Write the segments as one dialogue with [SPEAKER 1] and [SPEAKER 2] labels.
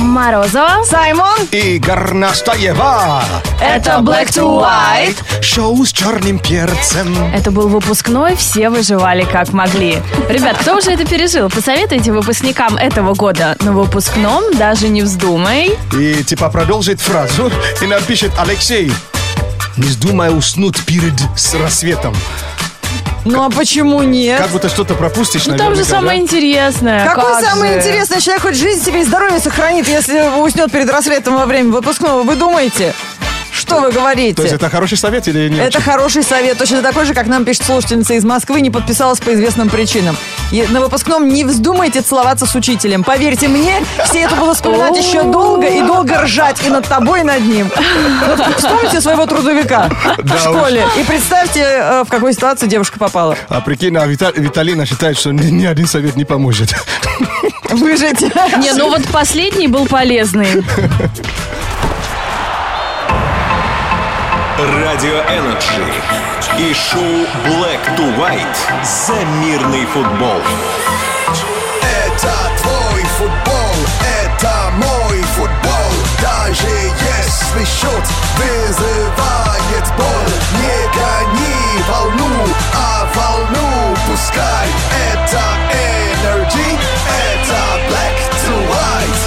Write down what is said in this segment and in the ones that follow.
[SPEAKER 1] Морозова.
[SPEAKER 2] Саймон,
[SPEAKER 3] И Горнастаева.
[SPEAKER 2] это Black to White.
[SPEAKER 3] Шоу с черным перцем.
[SPEAKER 1] Это был выпускной, все выживали как могли. Ребят, кто уже это пережил? Посоветуйте выпускникам этого года на выпускном, даже не вздумай.
[SPEAKER 3] И типа продолжит фразу и напишет Алексей. Не вздумай уснуть перед с рассветом.
[SPEAKER 2] Ну а почему нет?
[SPEAKER 3] Как будто что-то пропустишь,
[SPEAKER 1] Ну там же
[SPEAKER 3] наверняка, да?
[SPEAKER 1] самое интересное.
[SPEAKER 2] Какой
[SPEAKER 1] как
[SPEAKER 2] самый
[SPEAKER 1] же.
[SPEAKER 2] интересный человек хоть жизнь себе и здоровье сохранит, если уснет перед рассветом во время выпускного? Вы думаете? Что вы говорите?
[SPEAKER 3] То есть это хороший совет или нет?
[SPEAKER 2] Это хороший совет, точно такой же, как нам пишет слушательница из Москвы, не подписалась по известным причинам. И на выпускном не вздумайте целоваться с учителем. Поверьте мне, все это будут вспоминать еще долго и долго ржать и над тобой, и над ним. Вот вспомните своего трудовика в
[SPEAKER 3] Да уж.
[SPEAKER 2] школе и представьте, э, в какую ситуацию девушка попала.
[SPEAKER 3] А прикинь, а Вита- Виталина считает, что ни, ни один совет не поможет.
[SPEAKER 2] Выжить.
[SPEAKER 1] Не, ну вот последний был полезный.
[SPEAKER 4] Радио Энерджи и шоу Black to White за мирный футбол.
[SPEAKER 5] Это твой футбол, это мой футбол. Даже если счет вызывает боль, не гони волну, а волну пускай. Это Energy, это Black to White.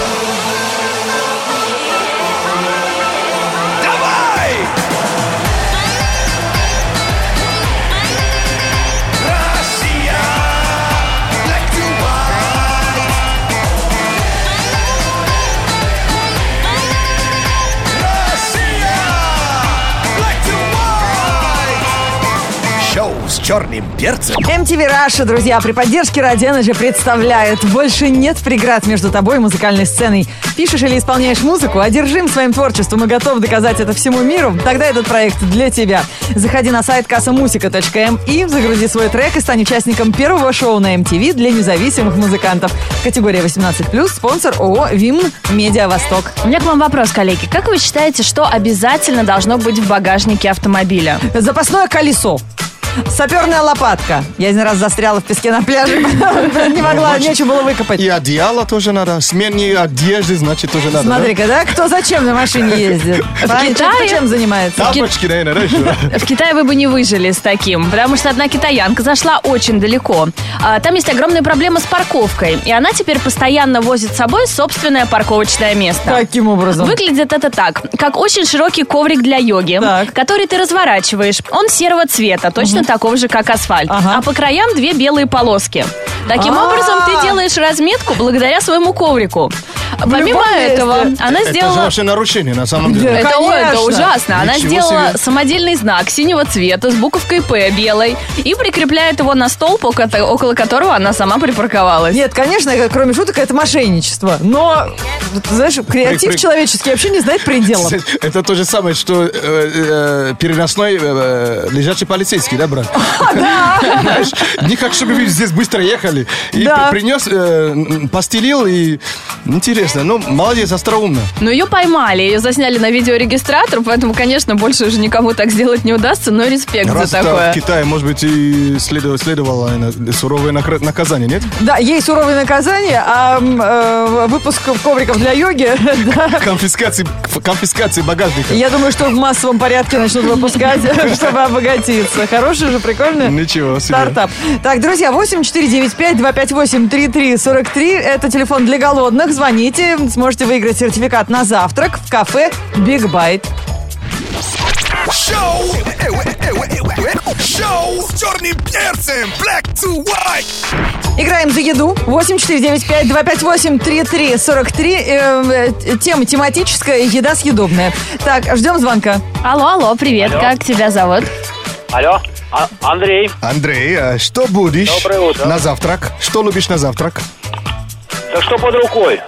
[SPEAKER 5] Давай! Россия! Black to white. Россия! Black to white. Шоу с черным перцем.
[SPEAKER 2] MTV Раша, друзья, при поддержке Родиана же представляет «Больше нет преград между тобой и музыкальной сценой». Пишешь или исполняешь музыку, одержим своим творчеством и готов доказать это всему миру, тогда этот проект для тебя. Заходи на сайт kassamusica.m и загрузи свой трек и стань участником первого шоу на MTV для независимых музыкантов. Категория 18+, спонсор ООО «Вим Медиа Восток».
[SPEAKER 1] У меня к вам вопрос, коллеги. Как вы считаете, что обязательно должно быть в багажнике автомобиля?
[SPEAKER 2] Запасное колесо. Саперная лопатка. Я один раз застряла в песке на пляже, не могла, нечего было выкопать.
[SPEAKER 3] И одеяло тоже надо. Сменные одежды, значит, тоже надо. да?
[SPEAKER 2] Смотри-ка, да? Кто зачем на машине ездит? Понятно,
[SPEAKER 1] Китае?
[SPEAKER 2] Кто чем занимается?
[SPEAKER 3] Тапочки, наверное, да, еще?
[SPEAKER 1] В Китае вы бы не выжили с таким, потому что одна китаянка зашла очень далеко. А, Там есть огромная проблема с парковкой, и она теперь постоянно возит с собой собственное парковочное место.
[SPEAKER 2] Каким образом?
[SPEAKER 1] Выглядит это так, как очень широкий коврик для йоги,
[SPEAKER 2] Так.
[SPEAKER 1] который ты разворачиваешь. Он серого цвета, точно такого же, как асфальт.
[SPEAKER 2] Ага.
[SPEAKER 1] А по краям две белые полоски. Таким
[SPEAKER 2] А-а-а.
[SPEAKER 1] образом, ты делаешь разметку благодаря своему коврику. Помимо
[SPEAKER 2] любом месте.
[SPEAKER 1] этого, она
[SPEAKER 3] Это же
[SPEAKER 1] сделала
[SPEAKER 3] вообще нарушение, на самом деле.
[SPEAKER 2] Да.
[SPEAKER 1] это, ой, это
[SPEAKER 2] Конечно.
[SPEAKER 1] ужасно. Она
[SPEAKER 3] Ничего
[SPEAKER 1] сделала
[SPEAKER 3] себе.
[SPEAKER 1] самодельный знак синего цвета с буковкой «П» белой и прикрепляет его на столб, око- около которого она сама припарковалась.
[SPEAKER 2] Нет, конечно, э, кроме шуток, это мошенничество. Но, ты знаешь,
[SPEAKER 3] При-
[SPEAKER 2] креатив
[SPEAKER 3] при-
[SPEAKER 2] человеческий вообще не знает пределов.
[SPEAKER 3] Это то же самое, что э, э, переносной э, э, лежачий полицейский, да, брат? Знаешь, Не как чтобы вы здесь быстро ехали. И
[SPEAKER 2] Да.
[SPEAKER 3] при- принес, э, м, постелил, и интересно. Ну, молодец, остроумно.
[SPEAKER 1] Но ее поймали, ее засняли на видеорегистратор, поэтому, конечно, больше уже никому так сделать не удастся, но респект
[SPEAKER 3] Раз
[SPEAKER 1] за
[SPEAKER 3] это
[SPEAKER 1] такое.
[SPEAKER 3] в Китае, может быть, и следовало, следовало наверное, суровое накра- наказание, нет?
[SPEAKER 2] Да, ей суровые наказания, а м, э, выпуск ковриков для йоги, да,
[SPEAKER 3] Конфискации, ф- конфискации багажника.
[SPEAKER 2] я думаю, что в массовом порядке начнут выпускать, чтобы обогатиться. Хороший же, прикольный.
[SPEAKER 3] Ничего себе.
[SPEAKER 2] Стартап. Так, друзья, 8495-258-3343. Это телефон для голодных. Звоните, сможете выиграть сертификат на завтрак в кафе Биг Байт.
[SPEAKER 5] Шоу! Шоу с черным перцем. Black to white.
[SPEAKER 2] Играем за еду. 8495-258-3343. Эм, э, т- Тема тематическая, еда съедобная. Так, ждем звонка.
[SPEAKER 1] Алло, алло, привет,
[SPEAKER 6] Алло.
[SPEAKER 1] как тебя зовут?
[SPEAKER 6] Алло, А- Андрей,
[SPEAKER 3] Андрей, а что будешь
[SPEAKER 6] Доброе утро.
[SPEAKER 3] на завтрак? Что любишь на завтрак?
[SPEAKER 6] да что под рукой?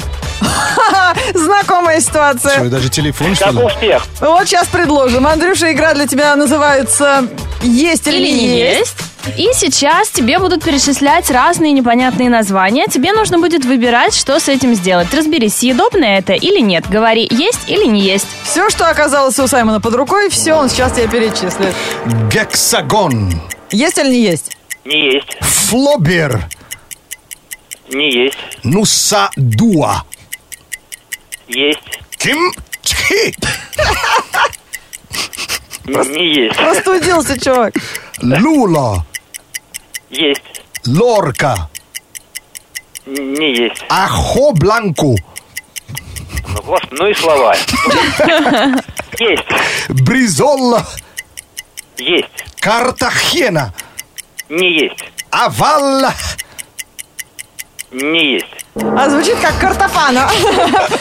[SPEAKER 2] Ха, знакомая
[SPEAKER 3] Что,
[SPEAKER 2] ситуация.
[SPEAKER 3] даже телефон, что
[SPEAKER 6] Как
[SPEAKER 3] ли?
[SPEAKER 6] успех?
[SPEAKER 2] Вот сейчас предложим. Андрюша, игра для тебя называется «Есть или,
[SPEAKER 1] Или не есть? И сейчас тебе будут перечислять разные непонятные названия. Тебе нужно будет выбирать, что с этим сделать. Разберись, съедобное это или нет. Говори, есть или не есть.
[SPEAKER 2] Все, что оказалось у Саймона под рукой, все, он сейчас тебе перечислит.
[SPEAKER 3] Гексагон.
[SPEAKER 2] Есть или не есть?
[SPEAKER 6] Не есть,
[SPEAKER 3] Флобер.
[SPEAKER 6] не есть,
[SPEAKER 3] Нусадуа.
[SPEAKER 6] Есть.
[SPEAKER 5] Ким Чхи.
[SPEAKER 6] Не есть.
[SPEAKER 2] Простудился чувак.
[SPEAKER 3] Лула,
[SPEAKER 6] Есть.
[SPEAKER 3] Лорка,
[SPEAKER 6] Не есть.
[SPEAKER 3] Ахо Бланку,
[SPEAKER 6] Ну, господи, ну и слова. Есть.
[SPEAKER 3] Бризолла,
[SPEAKER 6] Есть.
[SPEAKER 3] Картахена,
[SPEAKER 6] Не есть.
[SPEAKER 3] Авалла.
[SPEAKER 6] Не есть.
[SPEAKER 2] А звучит как картофана.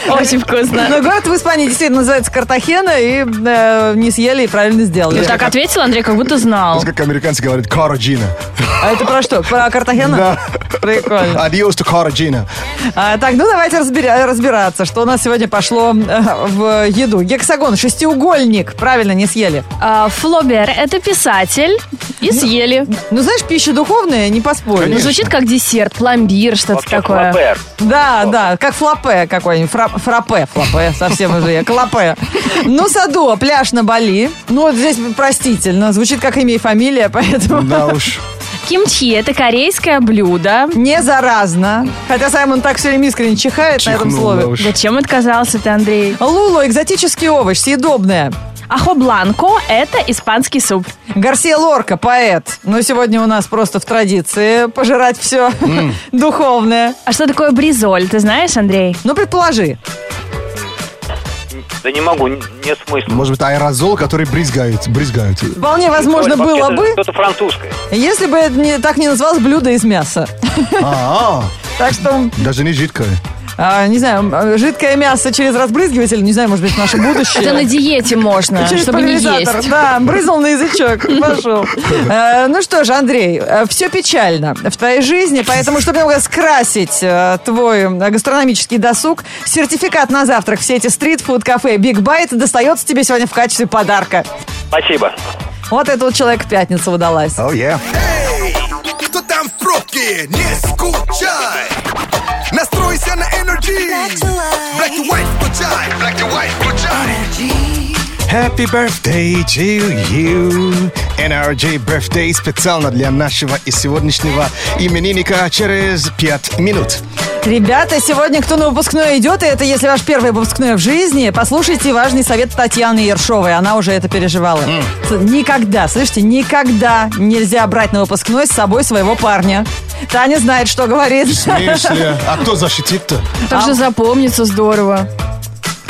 [SPEAKER 1] Очень вкусно.
[SPEAKER 2] Но город в Испании действительно называется Картахена, и э, не съели и правильно
[SPEAKER 1] Ты
[SPEAKER 2] сделали.
[SPEAKER 1] Ну так ответил, Андрей, как будто знал.
[SPEAKER 3] Как американцы говорят, Караджина.
[SPEAKER 2] А это про что? Про Картахена?
[SPEAKER 3] Да.
[SPEAKER 2] Прикольно.
[SPEAKER 3] Адиос to Караджина.
[SPEAKER 2] А, так, ну давайте разбира- разбираться, что у нас сегодня пошло э, в еду. Гексагон, шестиугольник, правильно, не съели.
[SPEAKER 1] А, Флобер – это писатель. И съели.
[SPEAKER 2] Ну, знаешь, пища духовная, не
[SPEAKER 1] Ну,
[SPEAKER 2] поспоришь.
[SPEAKER 1] звучит как десерт, пломбир, что-то
[SPEAKER 6] Вообще
[SPEAKER 1] такое.
[SPEAKER 6] флопер.
[SPEAKER 2] Да, да, как флапе какой-нибудь, фра- фрапе, флапе, совсем уже я, клапе. Ну, Садуа, пляж на Бали. Ну, вот здесь простительно, звучит как имя и фамилия, поэтому
[SPEAKER 3] Да уж.
[SPEAKER 1] Кимчи – это корейское блюдо.
[SPEAKER 2] не заразно. Хотя Саймон так все время искренне чихает на этом
[SPEAKER 3] Чихнул, да
[SPEAKER 2] слове.
[SPEAKER 3] уж.
[SPEAKER 1] Зачем отказался ты, Андрей?
[SPEAKER 2] Луло, экзотический овощ, съедобное.
[SPEAKER 1] Ахо-бланко – это испанский суп.
[SPEAKER 2] Гарсия Лорка, поэт. Ну, сегодня у нас просто в традиции пожирать все духовное.
[SPEAKER 1] А что такое бризоль, ты знаешь, Андрей?
[SPEAKER 2] Ну, предположи.
[SPEAKER 6] Да не могу, н- нет смысла.
[SPEAKER 3] Может быть, аэрозол, который брызгают. брызгают.
[SPEAKER 2] Вполне возможно
[SPEAKER 6] Вообще-то
[SPEAKER 2] было бы,
[SPEAKER 6] Что-то французское.
[SPEAKER 2] если бы это не- так не называлось блюдо из мяса.
[SPEAKER 3] А, а,
[SPEAKER 2] Так что,
[SPEAKER 3] даже не жидкое.
[SPEAKER 2] а, не знаю, м, жидкое мясо через разбрызгиватель, не знаю, может быть, наше будущее.
[SPEAKER 1] Это на диете можно,
[SPEAKER 2] Через
[SPEAKER 1] чтобы не
[SPEAKER 2] пульверизатор.
[SPEAKER 1] есть.
[SPEAKER 2] Да, брызнул на язычок, пошел. Э, Ну что ж, Андрей, все печально в твоей жизни, поэтому, чтобы немного скрасить э, твой э, гастрономический досуг, сертификат на завтрак в сети стритфуд-кафе Биг Байт достается тебе сегодня в качестве подарка.
[SPEAKER 6] Спасибо.
[SPEAKER 2] Вот это вот человек пятница удалась.
[SPEAKER 3] О, я.
[SPEAKER 5] Эй, кто там в пробке? Не скучай. Настройся на энергии. Black to white включай. Black to white включай.
[SPEAKER 3] Happy birthday to you. NRJ Birthday специально для нашего и сегодняшнего именинника через 5 минут.
[SPEAKER 2] Ребята, сегодня кто на выпускной идет, и это если ваш первый выпускной в жизни, послушайте важный совет Татьяны Ершовой. Она уже это переживала. С- Никогда, слышите, никогда нельзя брать на выпускной с собой своего парня. Таня знает, что говорит.
[SPEAKER 3] Смеешь ли? А кто защитит-то?
[SPEAKER 2] А
[SPEAKER 1] Так что запомнится здорово.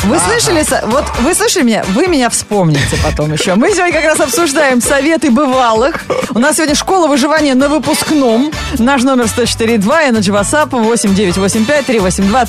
[SPEAKER 2] Вы слышали, со- вот вы слышали меня? Вы меня вспомните потом еще. Мы сегодня как раз обсуждаем советы бывалых. У нас сегодня школа выживания на выпускном. Наш номер 104.2, Energy WhatsApp 8985 382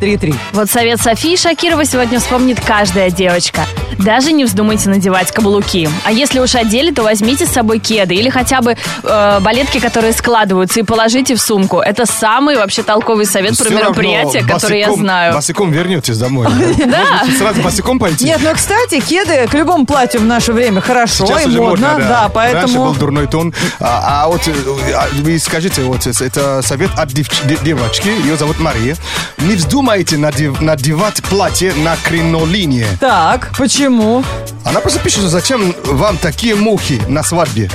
[SPEAKER 2] 3333.
[SPEAKER 1] Вот совет Софии Шакирова сегодня вспомнит каждая девочка. Даже не вздумайте надевать каблуки. А если уж одели, то возьмите с собой кеды или хотя бы э, балетки, которые складываются, и положите в сумку. Это самый вообще толковый совет про
[SPEAKER 3] Всё равно
[SPEAKER 1] мероприятие, который я
[SPEAKER 3] босиком-
[SPEAKER 1] знаю.
[SPEAKER 3] Босиком вернетесь домой. Да. Сразу босиком пойти.
[SPEAKER 2] Нет, ну, кстати, кеды к любому платью в наше время хорошо
[SPEAKER 3] Сейчас
[SPEAKER 2] и
[SPEAKER 3] уже
[SPEAKER 2] модно.
[SPEAKER 3] модно,
[SPEAKER 2] да.
[SPEAKER 3] Раньше
[SPEAKER 2] поэтому...
[SPEAKER 3] был дурной тон. А, а вот э, а вы скажите, вот э, это совет от девч- де- девочки, ее зовут Мария. Не вздумайте надев- надевать платье на кринолине.
[SPEAKER 2] Так, почему?
[SPEAKER 3] Она просто пишет, зачем вам такие мухи на свадьбе?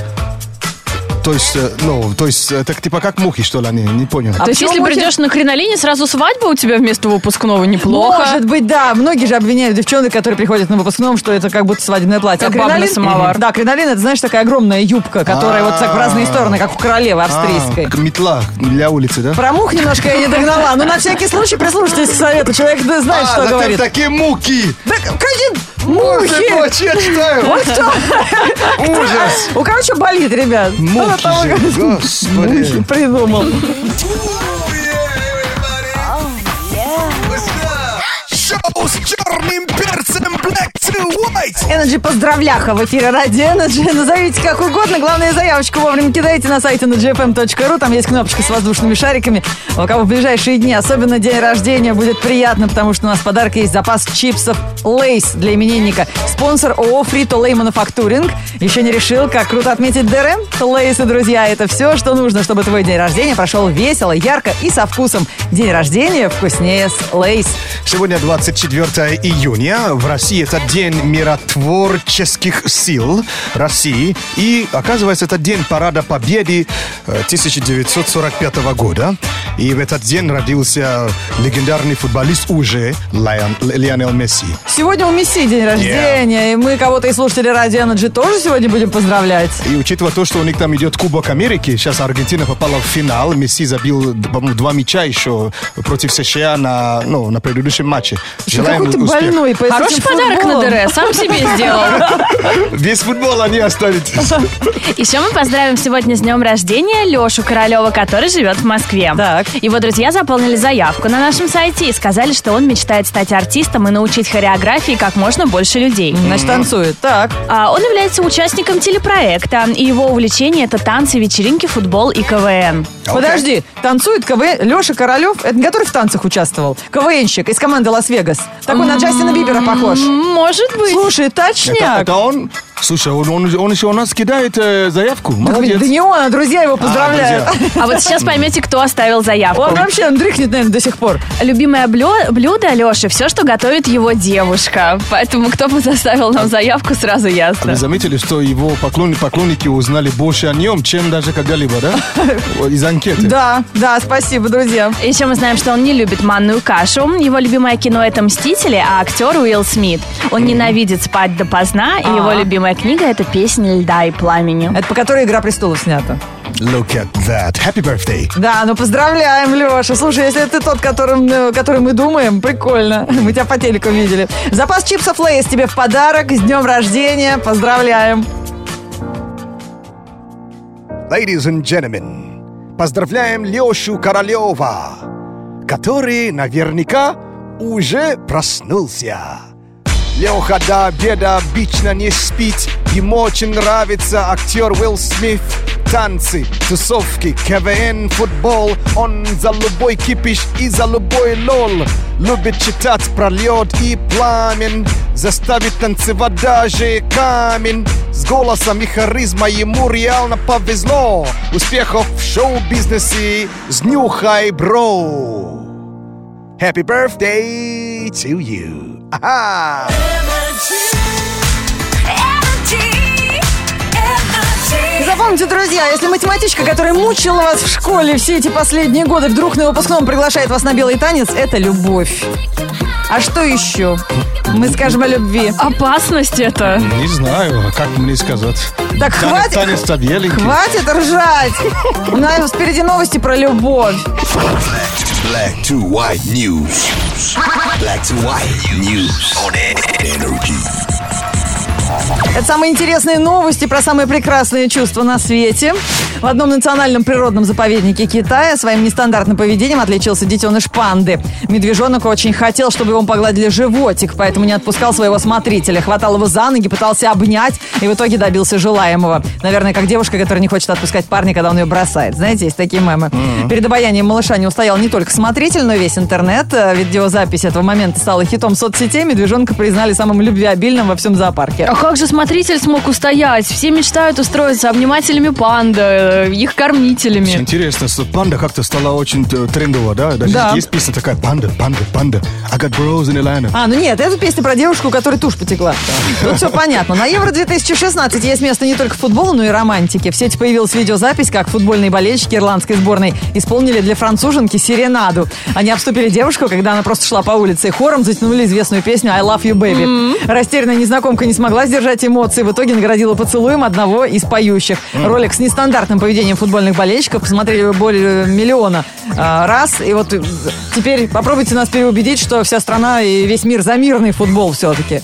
[SPEAKER 3] То есть, э, ну, то есть, э, так типа как мухи, что ли, они? Не понял.
[SPEAKER 1] То есть,
[SPEAKER 2] почему
[SPEAKER 1] если
[SPEAKER 2] мы те-
[SPEAKER 1] придешь на кринолине, сразу свадьба у тебя вместо выпускного неплохо.
[SPEAKER 2] Может быть, да. Многие же обвиняют девчонок, которые приходят на выпускном, что это как будто свадебное платье.
[SPEAKER 1] Как бабный самовар.
[SPEAKER 2] Да, кринолин, это, знаешь, такая огромная юбка, которая вот так в разные
[SPEAKER 3] А.
[SPEAKER 2] стороны, как у королевы
[SPEAKER 3] А,
[SPEAKER 2] австрийской.
[SPEAKER 3] как метла для улицы, да?
[SPEAKER 2] Про мух немножко я не догнала, но на всякий случай прислушайтесь к совету. Человек да, знает,
[SPEAKER 3] А,
[SPEAKER 2] что
[SPEAKER 3] зачем
[SPEAKER 2] говорит.
[SPEAKER 3] такие мухи?
[SPEAKER 2] Да, какие мухи!
[SPEAKER 3] Мухи! Я читаю!
[SPEAKER 2] Вот кто?
[SPEAKER 3] Ужас!
[SPEAKER 2] У кого что болит, ребят? Кто на
[SPEAKER 3] Мухи
[SPEAKER 2] того
[SPEAKER 3] же,
[SPEAKER 2] говорит?
[SPEAKER 3] господи.
[SPEAKER 2] Мухи придумал.
[SPEAKER 5] Ooh, yeah, everybody. What's up? Шоу с черным перцем Black to White.
[SPEAKER 2] Energy поздравляха в эфире ради Energy. Назовите как угодно. Главное, заявочку вовремя кидайте на сайте energyfm.ru. Там есть кнопочка с воздушными шариками. У кого в ближайшие дни, особенно день рождения, будет приятно, потому что у нас в подарок есть запас чипсов Лейс для именинника. Спонсор ООО Фрито Лей Мануфактуринг. Еще не решил, как круто отметить ДРМ? Лейсы, друзья, это все, что нужно, чтобы твой день рождения прошел весело, ярко и со вкусом. День рождения вкуснее с Лейс.
[SPEAKER 3] Сегодня 24 июня. В России это День миротв... творческих сил России. И, оказывается, это день парада победы э, 1945 года. И в этот день родился легендарный футболист уже Лайон- Лионел Месси.
[SPEAKER 2] Сегодня у Месси день рождения, и мы кого-то из слушателей Радио Energy тоже сегодня будем поздравлять.
[SPEAKER 3] И учитывая то, что у них там идет Кубок Америки, сейчас Аргентина попала в финал, Месси забил, по-моему, два мяча еще против США на, ну, на предыдущем матче. Желаем
[SPEAKER 2] какой ты
[SPEAKER 3] успех.
[SPEAKER 2] больной по этим
[SPEAKER 1] Хороший подарок на
[SPEAKER 2] футболам.
[SPEAKER 1] ДР, сам себе сделал.
[SPEAKER 3] Весь футбол они оставят.
[SPEAKER 1] Еще мы поздравим сегодня с днем рождения Лешу Королева, который живет в Москве.
[SPEAKER 2] Так.
[SPEAKER 1] Его друзья заполнили заявку на нашем сайте и сказали, что он мечтает стать артистом и научить хореографии как можно больше людей.
[SPEAKER 2] Значит, танцует. Так.
[SPEAKER 1] А, Он является участником телепроекта, и его увлечение это танцы, вечеринки, футбол и КВН.
[SPEAKER 2] Подожди, танцует КВН. Леша Королев, это который в танцах участвовал? КВНщик из команды Лас-Вегас. Такой на Джастина Бибера похож.
[SPEAKER 1] Может быть.
[SPEAKER 2] Слушай,
[SPEAKER 3] Это,
[SPEAKER 2] точняк.
[SPEAKER 3] это а он? Слушай, он, он- он еще у нас кидает э, заявку.
[SPEAKER 2] Да
[SPEAKER 3] Молодец.
[SPEAKER 2] не он, а друзья его поздравляют.
[SPEAKER 3] А, друзья.
[SPEAKER 1] А вот сейчас поймете, кто оставил заявку.
[SPEAKER 2] Он вообще он дрыхнет, наверное, до сих пор.
[SPEAKER 1] Любимое блё- блюдо Леши все, что готовит его девушка. Поэтому кто бы заставил нам заявку, сразу
[SPEAKER 3] Вы
[SPEAKER 1] ясно.
[SPEAKER 3] заметили, что его поклонники, поклонники узнали больше о нем, чем даже когда-либо, да? Из анкеты.
[SPEAKER 2] Да, да, спасибо, друзья.
[SPEAKER 1] Еще мы знаем, что он не любит манную кашу. Его любимое кино это «Мстители», а актер Уилл Смит. Он ненавидит спать допоздна, и его
[SPEAKER 2] А.
[SPEAKER 1] любимая книга это «Песни льда и пламени».
[SPEAKER 2] Это по которой «Игра престолов» снята.
[SPEAKER 3] Look at that. Happy birthday.
[SPEAKER 2] Да, ну поздравляем, Леша. Слушай, если ты тот, которым, э, который мы думаем, прикольно. Мы тебя по телеку видели. Запас чипсов Лейс тебе в подарок. С днем рождения. Поздравляем.
[SPEAKER 3] Ladies and gentlemen, поздравляем Лешу Королева, который наверняка уже проснулся. Леха до обеда обычно не спит. Ему очень нравится актер Уилл Смит. Танцы, тусовки, КВН, футбол. Он за любой кипиш и за любой лол. Любит читать про лед и пламен. Заставит танцевать даже камень. С голосом и харизмой ему реально повезло. Успехов в шоу-бизнесе с нюхай, бро. Happy birthday to you. Ага.
[SPEAKER 2] И Запомните, друзья, если математичка, которая мучила вас в школе все эти последние годы, вдруг на выпускном приглашает вас на белый танец, это любовь. А что еще? Мы скажем о любви.
[SPEAKER 1] Опасность это.
[SPEAKER 3] Не знаю, а как мне сказать. Танец-
[SPEAKER 2] Так хватит-
[SPEAKER 3] Танец-то беленький.
[SPEAKER 2] Хватит ржать! У нас впереди новости про любовь.
[SPEAKER 5] Black to white news. Black to white news on energy.
[SPEAKER 2] Это самые интересные новости про самые прекрасные чувства на свете. В одном национальном природном заповеднике Китая своим нестандартным поведением отличился детеныш панды. Медвежонок очень хотел, чтобы его погладили животик, поэтому не отпускал своего смотрителя. Хватал его за ноги, пытался обнять и в итоге добился желаемого. Наверное, как девушка, которая не хочет отпускать парня, когда он ее бросает. Знаете, есть такие мемы. Перед обаянием малыша не устоял не только смотритель, но и весь интернет. Э, Видеозапись этого момента стала хитом соцсетей. Медвежонка признали самым любвеобильным во всем зоопарке.
[SPEAKER 1] А как же смотритель смог устоять? Все мечтают устроиться обнимателями панда, э, их кормителями.
[SPEAKER 3] Интересно, что панда как-то стала очень э, трендово, да? Даже
[SPEAKER 2] Да.
[SPEAKER 3] есть песня такая «Панда, панда, панда». I got bros in Atlanta.
[SPEAKER 2] А, ну нет, это песня про девушку, у которой тушь потекла. Тут все понятно. На Евро-2016 есть место не только футболу, но и романтике. В сети появилась видеозапись, как футбольные болельщики ирландской сборной исполнили для француженки серенаду. Они обступили девушку, когда она просто шла по улице, и хором затянули известную песню «I love you, baby». Растерянная незнакомка не смогла сдержать эмоции, в итоге наградила поцелуем одного из поющих. Ролик с нестандартным поведением футбольных болельщиков посмотрели более миллиона а, раз. И вот э, теперь попробуйте нас переубедить, что вся страна и весь мир за мирный футбол все-таки.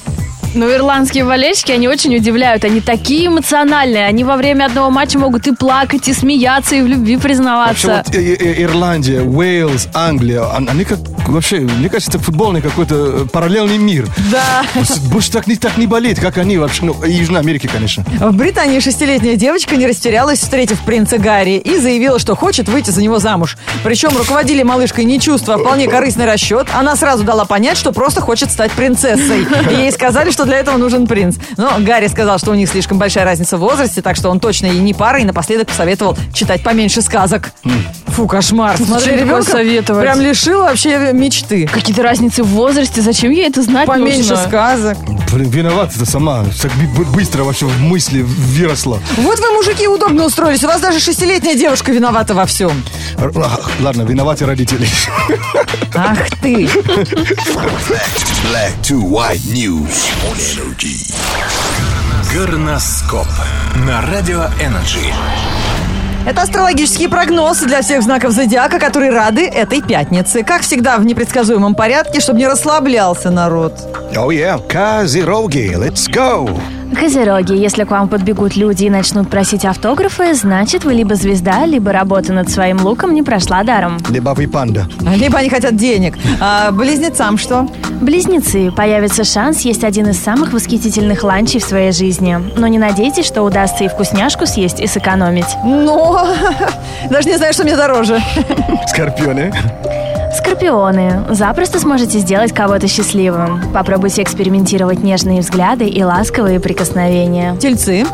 [SPEAKER 1] Но ирландские болельщики, они очень удивляют. Они такие эмоциональные. Они во время одного матча могут и плакать, и смеяться, и в любви
[SPEAKER 3] Вообще
[SPEAKER 1] признаваться.
[SPEAKER 3] вот э, э, Ирландия, Уэльс, Англия, он- они как вообще, мне кажется, это футбольный какой-то э, параллельный мир.
[SPEAKER 2] Да.
[SPEAKER 3] Больше так не, так не болит, как они вообще. Ну, и Южной Америки, конечно.
[SPEAKER 2] В Британии шестилетняя девочка не растерялась, встретив принца Гарри, и заявила, что хочет выйти за него замуж. Причем руководили малышкой не чувства, а вполне корыстный расчет. Она сразу дала понять, что просто хочет стать принцессой. И ей сказали, что для этого нужен принц. Но Гарри сказал, что у них слишком большая разница в возрасте, так что он точно ей не пара, и напоследок посоветовал читать поменьше сказок. Фу, кошмар. Смотри,
[SPEAKER 1] Зачем такое
[SPEAKER 2] ребенка
[SPEAKER 1] советовать?
[SPEAKER 2] прям лишил вообще мечты.
[SPEAKER 1] Какие-то разницы в возрасте. Зачем ей это знать
[SPEAKER 2] Поменьше
[SPEAKER 1] нужно?
[SPEAKER 2] сказок.
[SPEAKER 7] Блин, виновата-то сама. Так би- бы- быстро вообще в мысли выросла.
[SPEAKER 2] Вот вы, мужики, удобно устроились. У вас даже шестилетняя девушка виновата во всем.
[SPEAKER 7] Р- ах, Ладно, виноваты родители.
[SPEAKER 2] Ах ты.
[SPEAKER 5] Black to white news on energy.
[SPEAKER 4] Горноскоп на радио Энерджи.
[SPEAKER 2] Это астрологический прогноз для всех знаков зодиака, которые рады этой пятнице. Как всегда, в непредсказуемом порядке, чтобы не расслаблялся народ.
[SPEAKER 3] Oh yeah, Козероги, let's go!
[SPEAKER 1] Козероги, если к вам подбегут люди и начнут просить автографы, значит, вы либо звезда, либо работа над своим луком не прошла даром.
[SPEAKER 3] Либо вы панда.
[SPEAKER 2] Либо они хотят денег. А близнецам что?
[SPEAKER 1] Близнецы, появится шанс есть один из самых восхитительных ланчей в своей жизни. Но не надейтесь, что удастся и вкусняшку съесть, и сэкономить.
[SPEAKER 2] Но даже не знаю, что мне дороже.
[SPEAKER 3] Скорпионы.
[SPEAKER 1] Скорпионы, запросто сможете сделать кого-то счастливым. Попробуйте экспериментировать нежные взгляды и ласковые прикосновения.
[SPEAKER 2] Тельцы.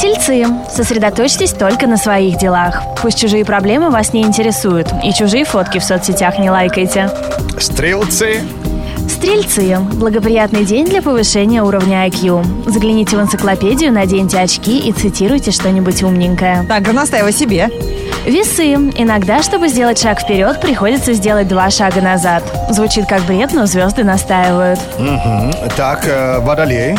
[SPEAKER 1] Тельцы, сосредоточьтесь только на своих делах. Пусть чужие проблемы вас не интересуют, и чужие фотки в соцсетях не лайкайте.
[SPEAKER 3] Стрелцы.
[SPEAKER 1] Стрельцы, благоприятный день для повышения уровня IQ. Загляните в энциклопедию, наденьте очки и цитируйте что-нибудь умненькое.
[SPEAKER 2] Так, горностаева себе.
[SPEAKER 1] Весы. Иногда, чтобы сделать шаг вперед, приходится сделать два шага назад. Звучит как бред, но звезды настаивают.
[SPEAKER 3] Так, э, водолей.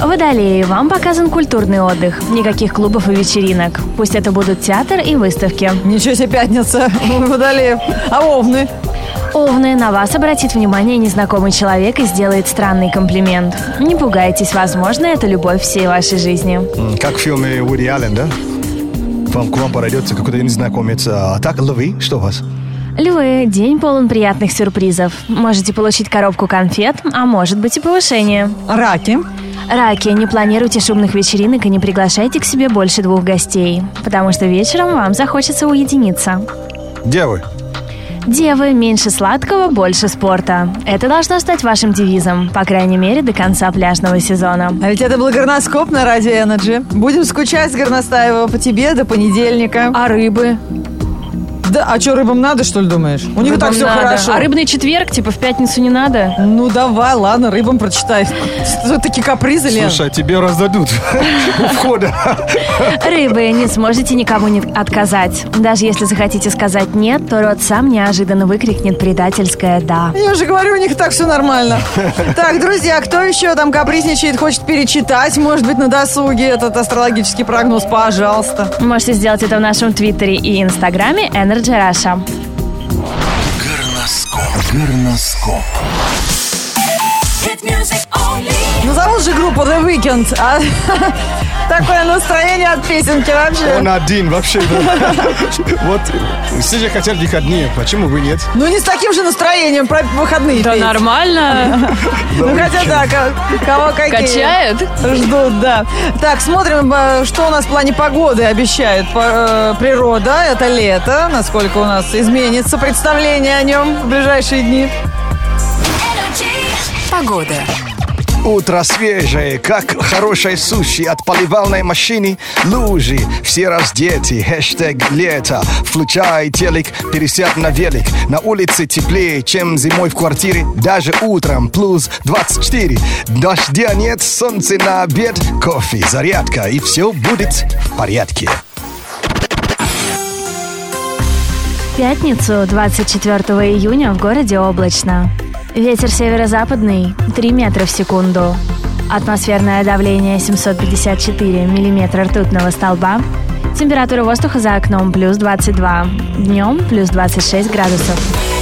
[SPEAKER 1] Водолеи, вам показан культурный отдых. Никаких клубов и вечеринок. Пусть это будут театр и выставки.
[SPEAKER 2] Ничего себе пятница. Водолеев. А овны?
[SPEAKER 1] Овны, на вас обратит внимание незнакомый человек и сделает странный комплимент. Не пугайтесь, возможно, это любовь всей вашей жизни.
[SPEAKER 3] М, Как в фильме Вуди Аллен, да? Вам, к вам подойдется какой-то незнакомец. А так, лови, что у вас?
[SPEAKER 1] Львы, день полон приятных сюрпризов. Можете получить коробку конфет, а может быть и повышение.
[SPEAKER 2] Раки.
[SPEAKER 1] Раки, не планируйте шумных вечеринок и не приглашайте к себе больше двух гостей, потому что вечером вам захочется уединиться.
[SPEAKER 3] Девы.
[SPEAKER 1] Девы, меньше сладкого, больше спорта. Это должно стать вашим девизом, по крайней мере, до конца пляжного сезона.
[SPEAKER 2] А ведь это был горноскоп на Радио Энерджи. Будем скучать, Горностаева, по тебе до понедельника.
[SPEAKER 1] А рыбы?
[SPEAKER 2] Да, а что, рыбам надо, что ли, думаешь? У них и так все хорошо.
[SPEAKER 1] А рыбный четверг, типа, в пятницу не надо?
[SPEAKER 2] Ну давай, ладно, рыбам прочитай. Что такие капризы, Лен?
[SPEAKER 7] Слушай, а тебе раздадут у входа.
[SPEAKER 1] Рыбы, не сможете никому не отказать. Даже если захотите сказать «нет», то рот сам неожиданно выкрикнет предательское «да».
[SPEAKER 2] Я же говорю, у них и так все нормально. Так, друзья, кто еще там капризничает, хочет перечитать, может быть, на досуге этот астрологический прогноз, пожалуйста.
[SPEAKER 1] Можете сделать это в нашем твиттере и инстаграме Energy Russia.
[SPEAKER 4] Горноскоп. Горноскоп.
[SPEAKER 2] Назовут Ну, же группу The Weeknd, а? Такое настроение от песенки
[SPEAKER 7] Он
[SPEAKER 2] вообще.
[SPEAKER 7] один вообще. Вот все же хотят выходные, почему бы нет?
[SPEAKER 2] Ну не с таким же настроением про выходные петь.
[SPEAKER 1] нормально,
[SPEAKER 2] Ну хотя да, ко- кого какие. Ждут, да. Так, смотрим, э, что у нас в плане погоды обещает по- э, природа. Это лето, насколько у нас изменится представление о нем в ближайшие дни.
[SPEAKER 8] Погода.
[SPEAKER 3] Утро свежее, как хорошие суши от поливальной машины. Лужи, все раздеты, хэштег лето. Включай телек, пересядь на велик. На улице теплее, чем зимой в квартире. Даже утром плюс 24. Дождя нет, солнце на обед. Кофе, зарядка и все будет в порядке.
[SPEAKER 1] В пятницу, 24 июня, в городе облачно. Ветер северо-западный 3 метра в секунду. Атмосферное давление 754 миллиметра ртутного столба. Температура воздуха за окном плюс 22. Днем плюс 26 градусов.